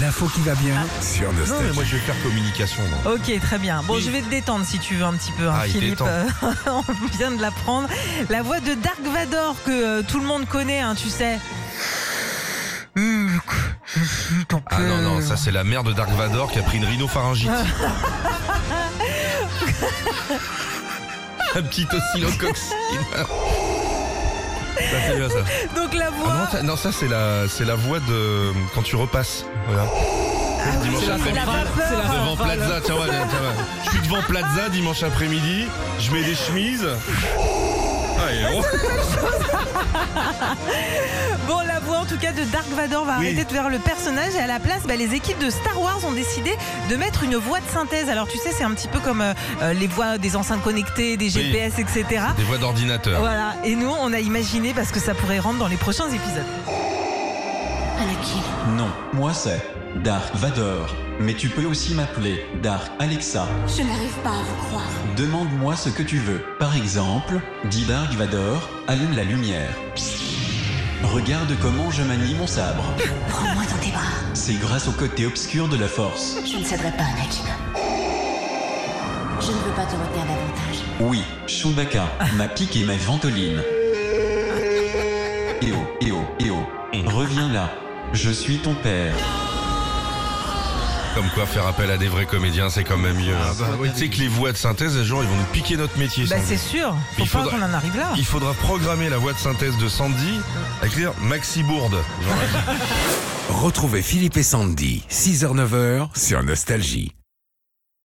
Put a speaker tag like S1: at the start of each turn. S1: L'info qui va bien Ah. sur
S2: Non, mais
S1: Nostalgie.
S2: moi je vais faire communication. moi.
S3: Ok, très bien. Bon,
S2: Oui.
S3: je vais te détendre si tu veux un petit peu, hein,
S2: Ah, il
S3: Philippe.
S2: détend.
S3: Euh, On vient de l'apprendre. La voix de Dark Vador que euh, tout le monde connaît, hein, tu sais.
S2: Ah non, non, ça c'est la mère de Dark Vador qui a pris une rhinopharyngite. Un petit oscillococcine. Ça, c'est bien, ça.
S3: Donc la
S2: Ah
S3: voix.
S2: non, ça- non, ça c'est la, c'est la voix de quand tu repasses. Voilà. dimanche
S3: Ah, c'est la
S2: après-midi.
S3: vapeur. C'est la
S2: Devant Plaza, tiens, ouais, tiens, ouais. Je suis devant Plaza dimanche après-midi, je mets des chemises. Ah, et oh.
S3: Bon, la voix en tout cas de Dark Vador va
S2: Oui.
S3: arrêter de faire le personnage et à la place, bah, les équipes de Star Wars ont décidé de mettre une voix de synthèse. Alors tu sais, c'est un petit peu comme euh, euh, les voix des enceintes connectées, des GPS, etc.
S2: Des voix d'ordinateur.
S3: Voilà, et nous on a imaginé parce que ça pourrait rentrer dans les prochains épisodes.
S4: Anakin,
S5: Non, moi c'est Dark Vador. Mais tu peux aussi m'appeler Dark Alexa.
S4: je n'arrive pas à vous croire.
S5: Demande-moi ce que tu veux. Par exemple, dis Dark Vador, allume la lumière. Regarde comment je manie mon sabre.
S4: Prends-moi dans tes bras.
S5: C'est grâce au côté obscur de la force.
S4: Je ne céderai pas, Anakin. Je ne veux pas te retenir davantage.
S5: Oui, Chewbacca, ma pique et ma ventoline. Eh oh, eh oh, eh oh. Reviens là. Je suis ton père.
S2: Comme quoi faire appel à des vrais comédiens, c'est quand même mieux. hein. tu sais que les voix de synthèse, les gens, ils vont nous piquer notre métier.
S3: Bah
S2: sans
S3: c'est
S2: doute.
S3: sûr, faut
S2: Il
S3: pas
S2: faudra-
S3: qu'on en arrive là.
S2: Il faudra programmer la voix de synthèse de Sandy à écrire Maxi Bourde. Genre,
S1: Retrouvez Philippe et Sandy, 6h-9h sur Nostalgie.